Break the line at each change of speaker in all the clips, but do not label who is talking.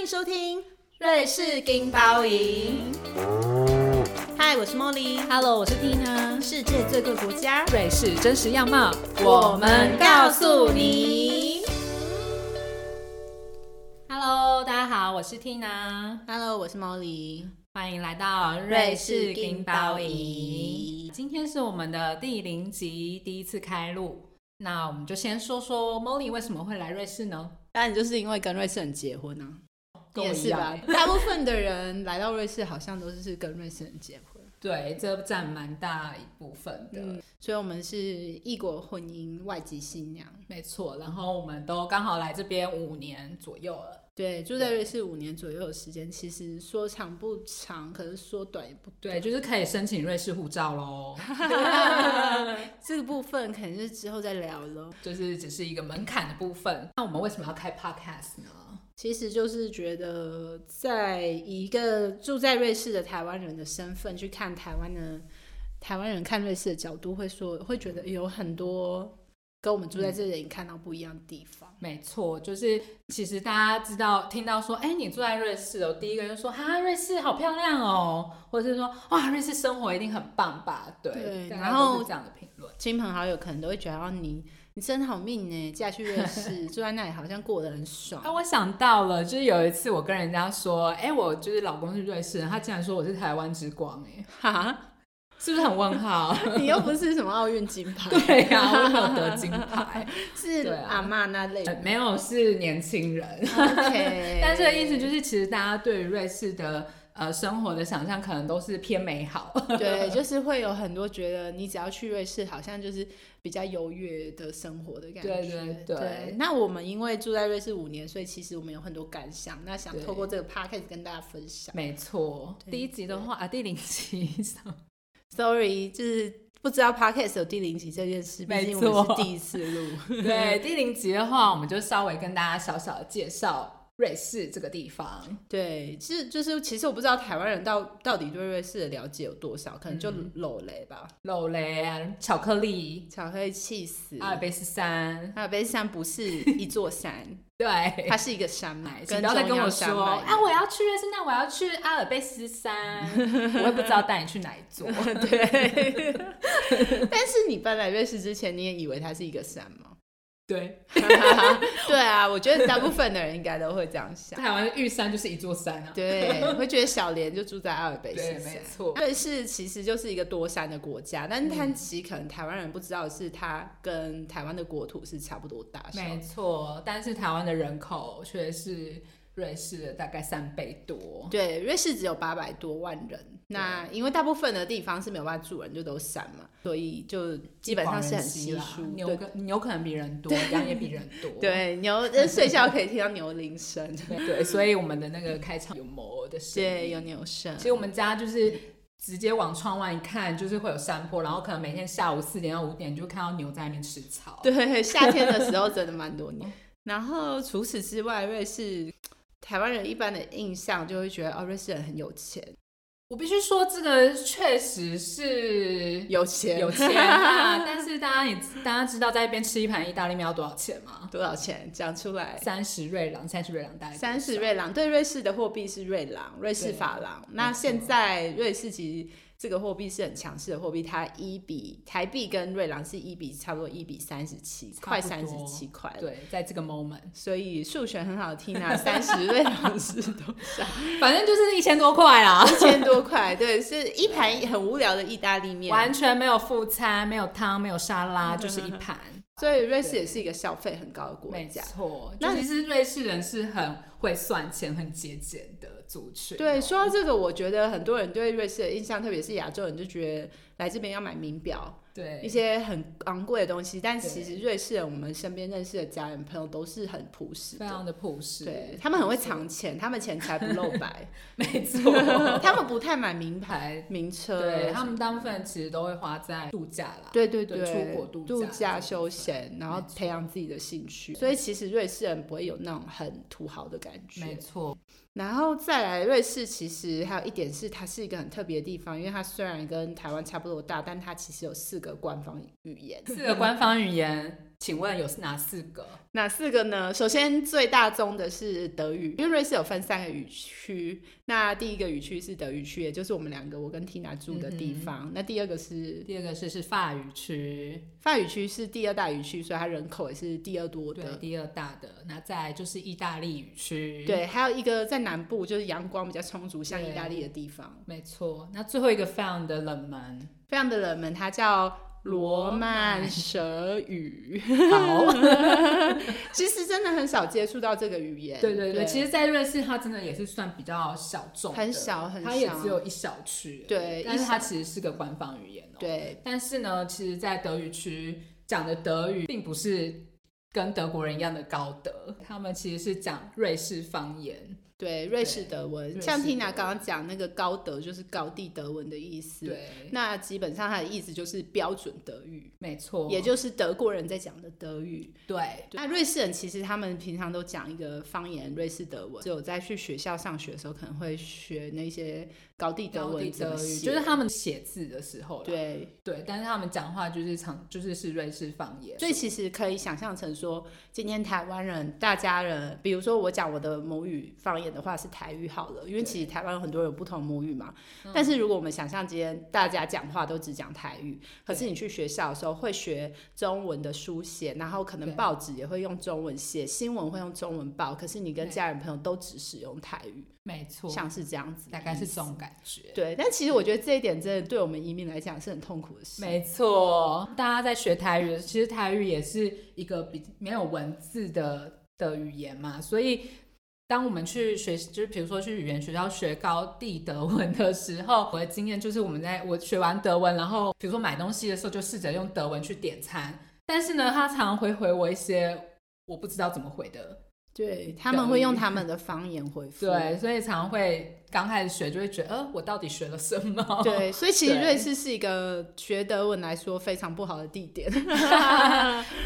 迎收听《
瑞士金包银
哦嗨，我是茉莉》。
，Hello，我是 Tina，
世界各个国家，
瑞士真实样貌，
我们告诉你。
Hello，大家好，我是 Tina，
Hello，我是毛莉。
欢迎来到瑞士金包银。今天是我们的第零集，第一次开录。那我们就先说说 Molly 为什么会来瑞士呢？
当然，就是因为跟瑞士人结婚啊，
跟我
也
一
是吧
样？
大部分的人来到瑞士，好像都是跟瑞士人结婚。
对，这占蛮大一部分的。
嗯，所以我们是异国婚姻外籍新娘。
没错，然后我们都刚好来这边五年左右了。
对，住在瑞士五年左右的时间，其实说长不长，可是说短也不
对，就是可以申请瑞士护 照喽，
短。 这个部分可能是之后再聊喽。
就是只是一个门槛的部分。那我们为什么要开 podcast 呢？
其实就是觉得，在以一个住在瑞士的台湾人的身份去看台湾的台湾人看瑞士的角度，会说会觉得有很多跟我们住在这里看到不一样的地方。
没错，就是其实大家知道听到说，哎、你住在瑞士哦，第一个就说哈，瑞士好漂亮哦，或者是说哇，瑞士生活一定很棒吧？对，
对
大家
然
都
后
是这样的评论。
亲朋好友可能都会觉得，哦，你你真好命呢，嫁去瑞 士住在那里好像过得很爽
啊，。我想到了，就是有一次我跟人家说，哎、我就是老公是瑞士人，他竟然说我是台湾之光、哎，
哈，
是不是很问号？
你又不是什么奥运金 牌，
对呀、我没有得金牌，
啊是
对啊
阿嬷那类的。
呃没有是年轻人。
OK，
但这个意思就是，其实大家对于瑞士的呃生活的想象，可能都是偏美 好。
对，就是会有很多觉得你只要去瑞士，好像就是比较优越的生活的感觉。
对对对
那我们因为住在瑞士五年，所以其实我们有很多感想。那想
对
透过这个 podcast 跟大家分享。
没错，
对
第一集的话啊，第零集，
Sorry，就是不知道 podcast 有第零集这件事，毕竟我
没
们
错
是第一次 录。
对，第零集的话，我们就稍微跟大家小小的介绍瑞士这个地方。
对，其实就是其实我不知道台湾人到到底对瑞士的了解有多少，可能就搂雷吧，
肉嘞啊，巧克力，
巧克力气死。
阿尔卑斯山，
阿尔卑斯山不是一座 山，
对。
它是一个山 脉，
请不要再跟
中
我
央
说
山脉一样
啊！我要去瑞士，那我要去阿尔卑斯山，我也不知道带你去哪一座。
对，但是你搬来瑞士之前，你也以为它是一个山 吗？
对，
对啊，我觉得大部分的人应该都会这样想。
台湾玉山就是一座山啊。
对，会觉得小莲就住在阿尔卑
对，
斯
没
山。
错。嗯
瑞士其实就是一个多山的国家，但是它其实可能台湾人不知道的是，它跟台湾的国土是差不多大小。
没错，但是台湾的人口却是瑞士的大概三倍多。
对，瑞士只有八百多万人，那因为大部分的地方是没有办法住人，就都山嘛，所以就基本上是很稀疏。
牛
对
可牛可能比人多，羊也比人多。
对，牛呃睡觉可以听到牛铃声。
对对，所以我们的那个开场有哞的声
对，
音。
有牛声
其。实我们家就是直接往窗外一看，就是会有山坡，然后可能每天下午四点到五点就看到牛在那边吃草。
对，夏天的时候真的蛮多 牛。然后除此之外，瑞士台湾人一般的印象就会觉得哦，瑞士人很有钱，
我必须说，这个确实是。
有钱
有钱啊！但是大家也大家知道，在一边吃一盘意大利面要多少钱吗？
多少钱？讲出 来。
三十瑞郎，三十瑞郎大概多
三十
少
瑞郎，对，瑞士的货币是瑞郎，瑞士
对
法郎。那现在瑞士其实这个货币是很强势的货币，它一比台币跟瑞郎是一比差不多一比三十七，
差不
快三十
多
七块了。
对，在这个 moment，
所以数学很好听 啊，三十瑞郎是多少？
反正就是一千多块啦，
一千多块，对，是一盘很无聊的意大利面。
完全没有副餐，没有汤，没有沙拉，
嗯
就是一盘。
所以瑞士也是一个消费很高的国
没
家。
错，
那
那其实瑞士人是很会算钱、很节俭的族群。哦
对，说到这个，我觉得很多人对瑞士的印象，特别是亚洲人，就觉得来这边要买名表，一
对，
些很昂贵的东西。但
对
其实瑞士人，我们身边认识的家人朋友都是很朴实
非
的，
常的朴实。
对他们很会藏钱，他们钱财不露白，
没错，
他们不太买名牌、
还
名车，
对他们大部分其实都会花在度假啦。
对对
对出国度假
度
这
假
样
休闲，然后
没错
培养自己的兴趣。所以其实瑞士人不会有那种很土豪的感
没
觉。
错，
然后再来，瑞士其实还有一点是，它是一个很特别的地方，因为它虽然跟台湾差不多大，但它其实有四个官方语言。
四个官方语言，请问有哪四个？
哪四个呢？首先最大宗的是德语，因为瑞士有分三个语区。那第一个语区是德语区，也就是我们两个我跟 Tina 住的
嗯
地方。那第二个是
第二个是是法语区，
法语区是第二大语区，所以它人口也是第二多
对，
的。
第二大的。那再来就是意大利语区，
对，，还有一个在南部，就是阳光比较充足，像意大利的地方，
没错。那最后一个非常的冷 门，
非常的冷门，它叫。罗
罗
曼
曼
蛇语，
好，
其实真的很少接触到这个语言。
对对对，其
实
实，在瑞士它真的也是算比较小众的，
很小很小，
它也只有一小区而已，
对
但
一
是
小
它其实是个官方语言哦、
对
但是呢，其实，在德语区讲的德语并不是跟德国人一样的高德，他们其实是讲瑞士方言。
对，瑞士
对
德文，
瑞
像
士
Tina
德
刚刚讲那个高德就是高地德文的意思。，
对，
那基本上它的意思就是标准德语，
没错，
也就是德国人在讲的德语。
对，
那瑞士人其实他们平常都讲一个方言瑞士德文，只有在去学校上学的时候可能会学那些高地德
高地
文怎
德
么
语
写，
就是他们写字的时候啦，
对
对，但是他们讲话就是常就是是瑞士方言，
所以其实可以想象成说，今天台湾人、大家人，比如说我讲我的母语方言的话是台语好了，因为
对嗯
其实台湾有很多人有不同母语嘛。但是如果我们想象今天大家讲话都只讲台语，可是你去学校的时候会学中文的书写，然后可能
对
报纸也会用中文写，新闻会用中文报，可是你跟
对
家人朋友都只使用台语，
没错，
像是这样子，
大概是这。种感觉。
对，但其实我觉得这一点真的对我们移民来讲是很痛苦的事。
没错，大家在学台语，其实台语也是一个比没有文字的的语言嘛，所以当我们去学，就是比如说去语言学校学高地德文的时候，我的经验就是我们在我学完德文，然后比如说买东西的时候，就试着用德文去点餐，但是呢，他常常会回我一些我不知道怎么回的，
对，他们会用他们的方言回复。
对，所以常常会刚开始学就会觉得，呃，我到底学了什么？
对，所以其实
哦对
瑞士是一个学德文来说非常不好的地 点。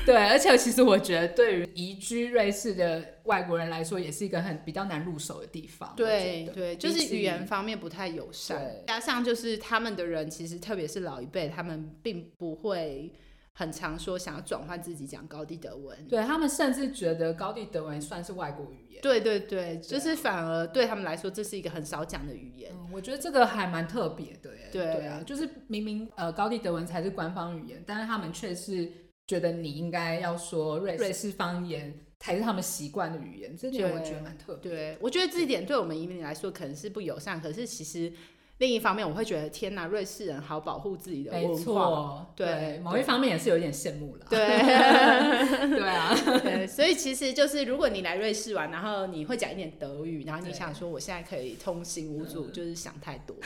对，而且其实我觉得，对于移居瑞士的外国人来说，也是一个很比较难入手的地方。
对
我觉得
对，就是语言
比起
方面不太友善
对，
加上就是他们的人其实特别是老一辈，他们并不会很常说想要转换自己讲高地德文。
对他们甚至觉得高地德文算是外国语言。
对对对，
啊
就是反而对他们来说这是一个很少讲的语言。
嗯，我觉得这个还蛮特别的耶。
对
啊，就是明明呃高地德文才是官方语言，但是他们却是觉得你应该要说瑞瑞士方言才是他们习惯的语言，这点
对
我觉得蛮特别。
对，我觉得这一点对我们移民来说可能是不友善，可是其实另一方面我会觉得天哪，瑞士人好保护自己的
没
文化。
错，
对
某一方面也是有点羡慕了。
对。
对啊，
对，所以其实就是，如果你来瑞士玩，然后你会讲一点德语，然后你
对
想说我现在可以通行无阻，就是想太多。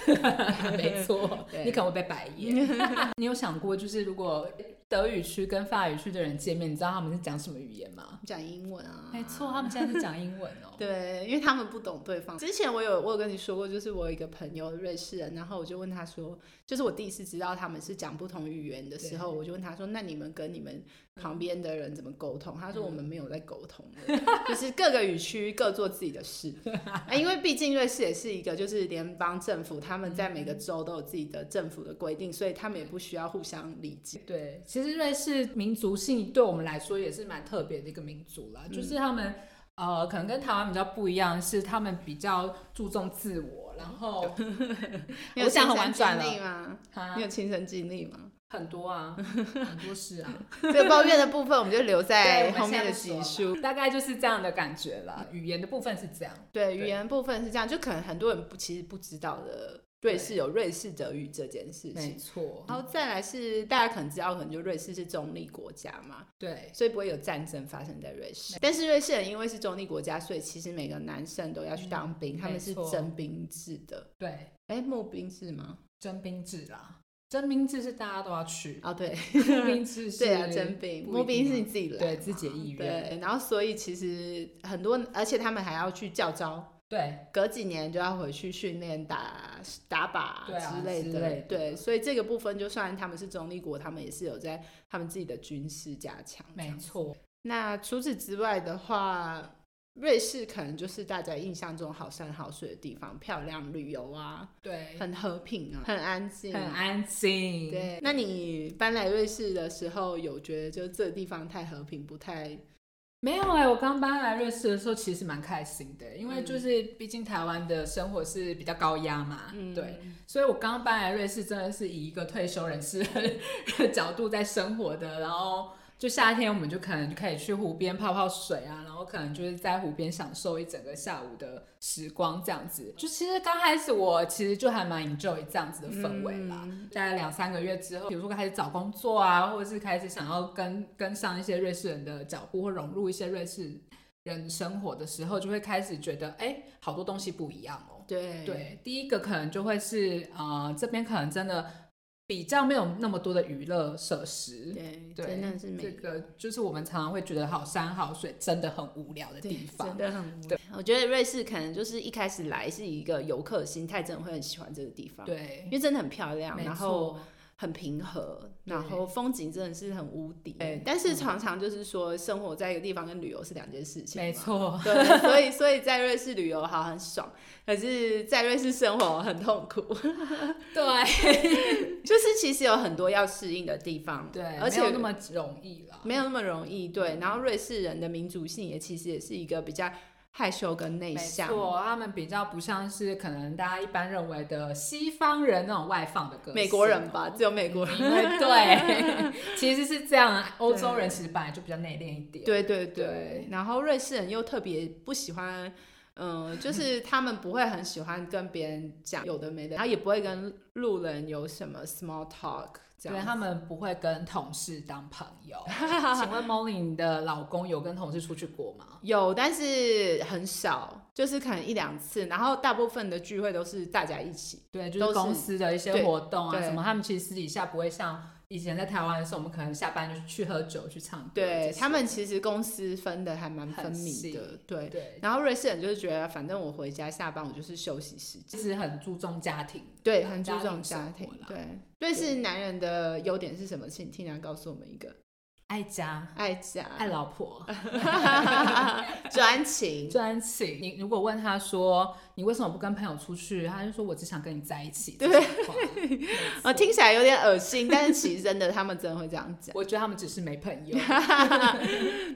没错
对，
你可能会被白眼。 你有想过，就是如果德语区跟法语区的人见面，你知道他们是讲什么语言吗？
讲英文啊，
没错，他们现在是讲英文哦。
对，因为他们不懂对方。之前我有我有跟你说过，就是我有一个朋友瑞士人，然后我就问他说，就是我第一次知道他们是讲不同语言的时候，
对
我就问他说，那你们跟你们旁边的人怎么沟通？他说
嗯
我们没有在沟通的，就是各个语区各做自己的事。 啊，因为毕竟瑞士也是一个就是联邦政府，他们在每
嗯
个州都有自己的政府的规定，所以他们也不需要互相理解。
对，其实瑞士民族性对我们来说也是蛮特别的一个民族啦，就是他们。呃，可能跟台湾比较不一样，是他们比较注重自我，然后
你有
我想
亲
很
身
婉转
经历吗？
啊
你有亲身经历吗？
很多啊，很多事啊，
这个抱怨的部分我们就留在
对我
后
们现
面的
在不说
集
了
数。
大概就是这样的感觉啦。
嗯
语言的部分是这样，
对，语
对
言部分是这样，就可能很多人不其实不知道的，瑞士有瑞士德语这件事
没
情。
错，
然后再来是大家可能知道，可能就瑞士是中立国家嘛，
对，
所以不会有战争发生在瑞士。但是瑞士人因为是中立国家，所以其实每个男生都要去当兵，他们是
嗯没错
征兵制的。
对，
哎，募兵制吗？
征兵制啦，征兵制是大家都 要去，
哦， 对，
募兵制是
对啊，征兵，
不
募
一定
兵是
啊
你自己来嘛，
对自己的意愿
对，然后所以其实很多，而且他们还要去教招，
对
隔几年就要回去训练打打靶
对啊
之类的，
之类的
对，所以这个部分就算他们是中立国，他们也是有在他们自己的军事加强。
没错，
那除此之外的话，瑞士可能就是大家印象中好山好水的地方，漂亮旅游啊，
对，
很和平啊，很安静。
很安静，
对，那你搬来瑞士的时候，有觉得就这地方太和平，不太
没有哎、我刚搬来瑞士的时候其实蛮开心的，因为
嗯
就是毕竟台湾的生活是比较高压嘛，
嗯，
对，，所以我刚搬来瑞士真的是以一个退休人士 的角度在生活的，然后就夏天我们就可能就可以去湖边泡泡水啊，然后可能就是在湖边享受一整个下午的时光这样子。就其实刚开始我其实就还蛮 enjoy 这样子的氛围吧。
嗯
大概两三个月之后，比如说开始找工作啊，或者是开始想要跟跟上一些瑞士人的脚步，或融入一些瑞士人生活的时候，就会开始觉得，哎、好多东西不一样哦。
对，
对，第一个可能就会是呃，这边可能真的比较没有那么多的娱乐设施。
对，
对
真的是美
这个就是我们常常会觉得好山好水真的很无聊的
对
地
真。
方
的很无聊。
我觉得瑞士可能就是一开始来是一个游客的心态，真的会很喜欢这个地方，，
对
因，为真的很漂亮，
没
然后
错，
很平和，
对
然后风景真的是很无敌
对。嗯
但是常常就是说，生活在一个地方跟旅游是两件事情，
没。错，
对，所以所以在瑞士旅游好很爽，可是在瑞士生活很痛苦，
对
就是其实有很多要适应的地方，
对，
而且
没有那么容易了。
没有那么容易，对。然后瑞士人的民族性也其实也是一个比较害羞跟内
没
向，
错，他们比较不像是可能大家一般认为的西方人那种外放的个性哦
美国人吧，只有美国人。
因为 对，其实是这样啊。欧洲人其实本来就比较内敛一 点。
对对对，
对
然后瑞士人又特别不喜欢，嗯、 就是他们不会很喜欢跟别人讲有的没的，然后也不会跟路人有什么 small talk 这
对
样。
他们不会跟同事当朋友。 请问 Molly，你的老公有跟同事出去过吗？
有，但是很少，就是可能一两次，然后大部分的聚会都是大家一起。
对，就
都
是
是
公司的一些
对
活动啊
对
什么，他们其实私底下不会像以前在台湾的时候，我们可能下班就去喝酒、去唱歌这些。
对他们其实公司分的还蛮
很
分
细
明的，对。
对，
然后瑞士人就是觉得，反正我回家下班我就是休息时间，
其实很注重家庭，
对，很注重
生
家
活
庭
啦。
对，瑞士男人的优点是什么？请听然告诉我们一个。
爱家、
爱家，
啊爱老婆、
专情，
专情。你如果问他说你为什么不跟朋友出去，他就说我只想跟你在一起。
对
这种 话，没错
啊，听起来有点恶心，但是其实真的，他们真的会这样讲。
我觉得他们只是没朋友。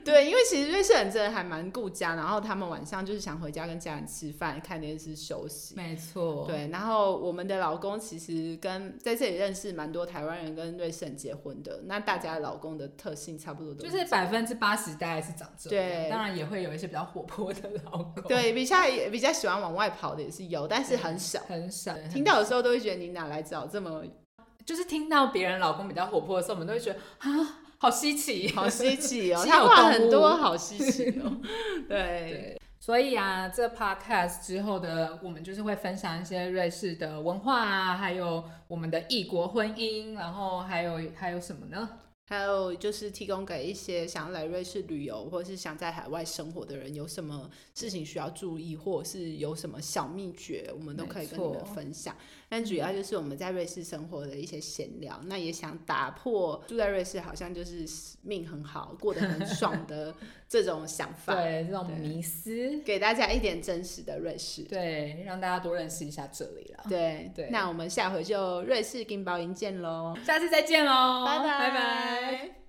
对，因为其实瑞士人真的还蛮顾家，然后他们晚上就是想回家跟家人吃饭、看电视、休息。
没错，
对，然后我们的老公其实跟在这里认识蛮多台湾人跟瑞士人结婚的，那大家老公的特性差不多都
就是百分之八十大概是长这样，
对
当然也会有一些比较活泼的老公，，
对比较比较喜欢往外跑的也是有，但是很少。
很少
听到有时候都会觉得你哪来找这么
就是听到别人老公比较活泼的时候，我们都会觉得啊，好稀奇，
好稀奇 哦，
稀有
他话
动
很
物
多，好稀奇哦。 对，
对。所以啊，这 podcast 之后的我们就是会分享一些瑞士的文化啊，还有我们的异国婚姻，然后还有还有什么呢？
还有就是提供给一些想要来瑞士旅游或是想在海外生活的人，有什么事情需要注意，或者是有什么小秘诀，我们都可以跟你
没
们
错
分享。但主要就是我们在瑞士生活的一些闲聊，那也想打破住在瑞士好像就是命很好，过得很爽的这种想 法，
对，这种
对
迷思，
给大家一点真实的瑞士。
对，让大家多认识一下这里啦。
哦对
对
那我们下回就瑞士金包银见喽，
下次再见喽，
哦拜拜
拜拜。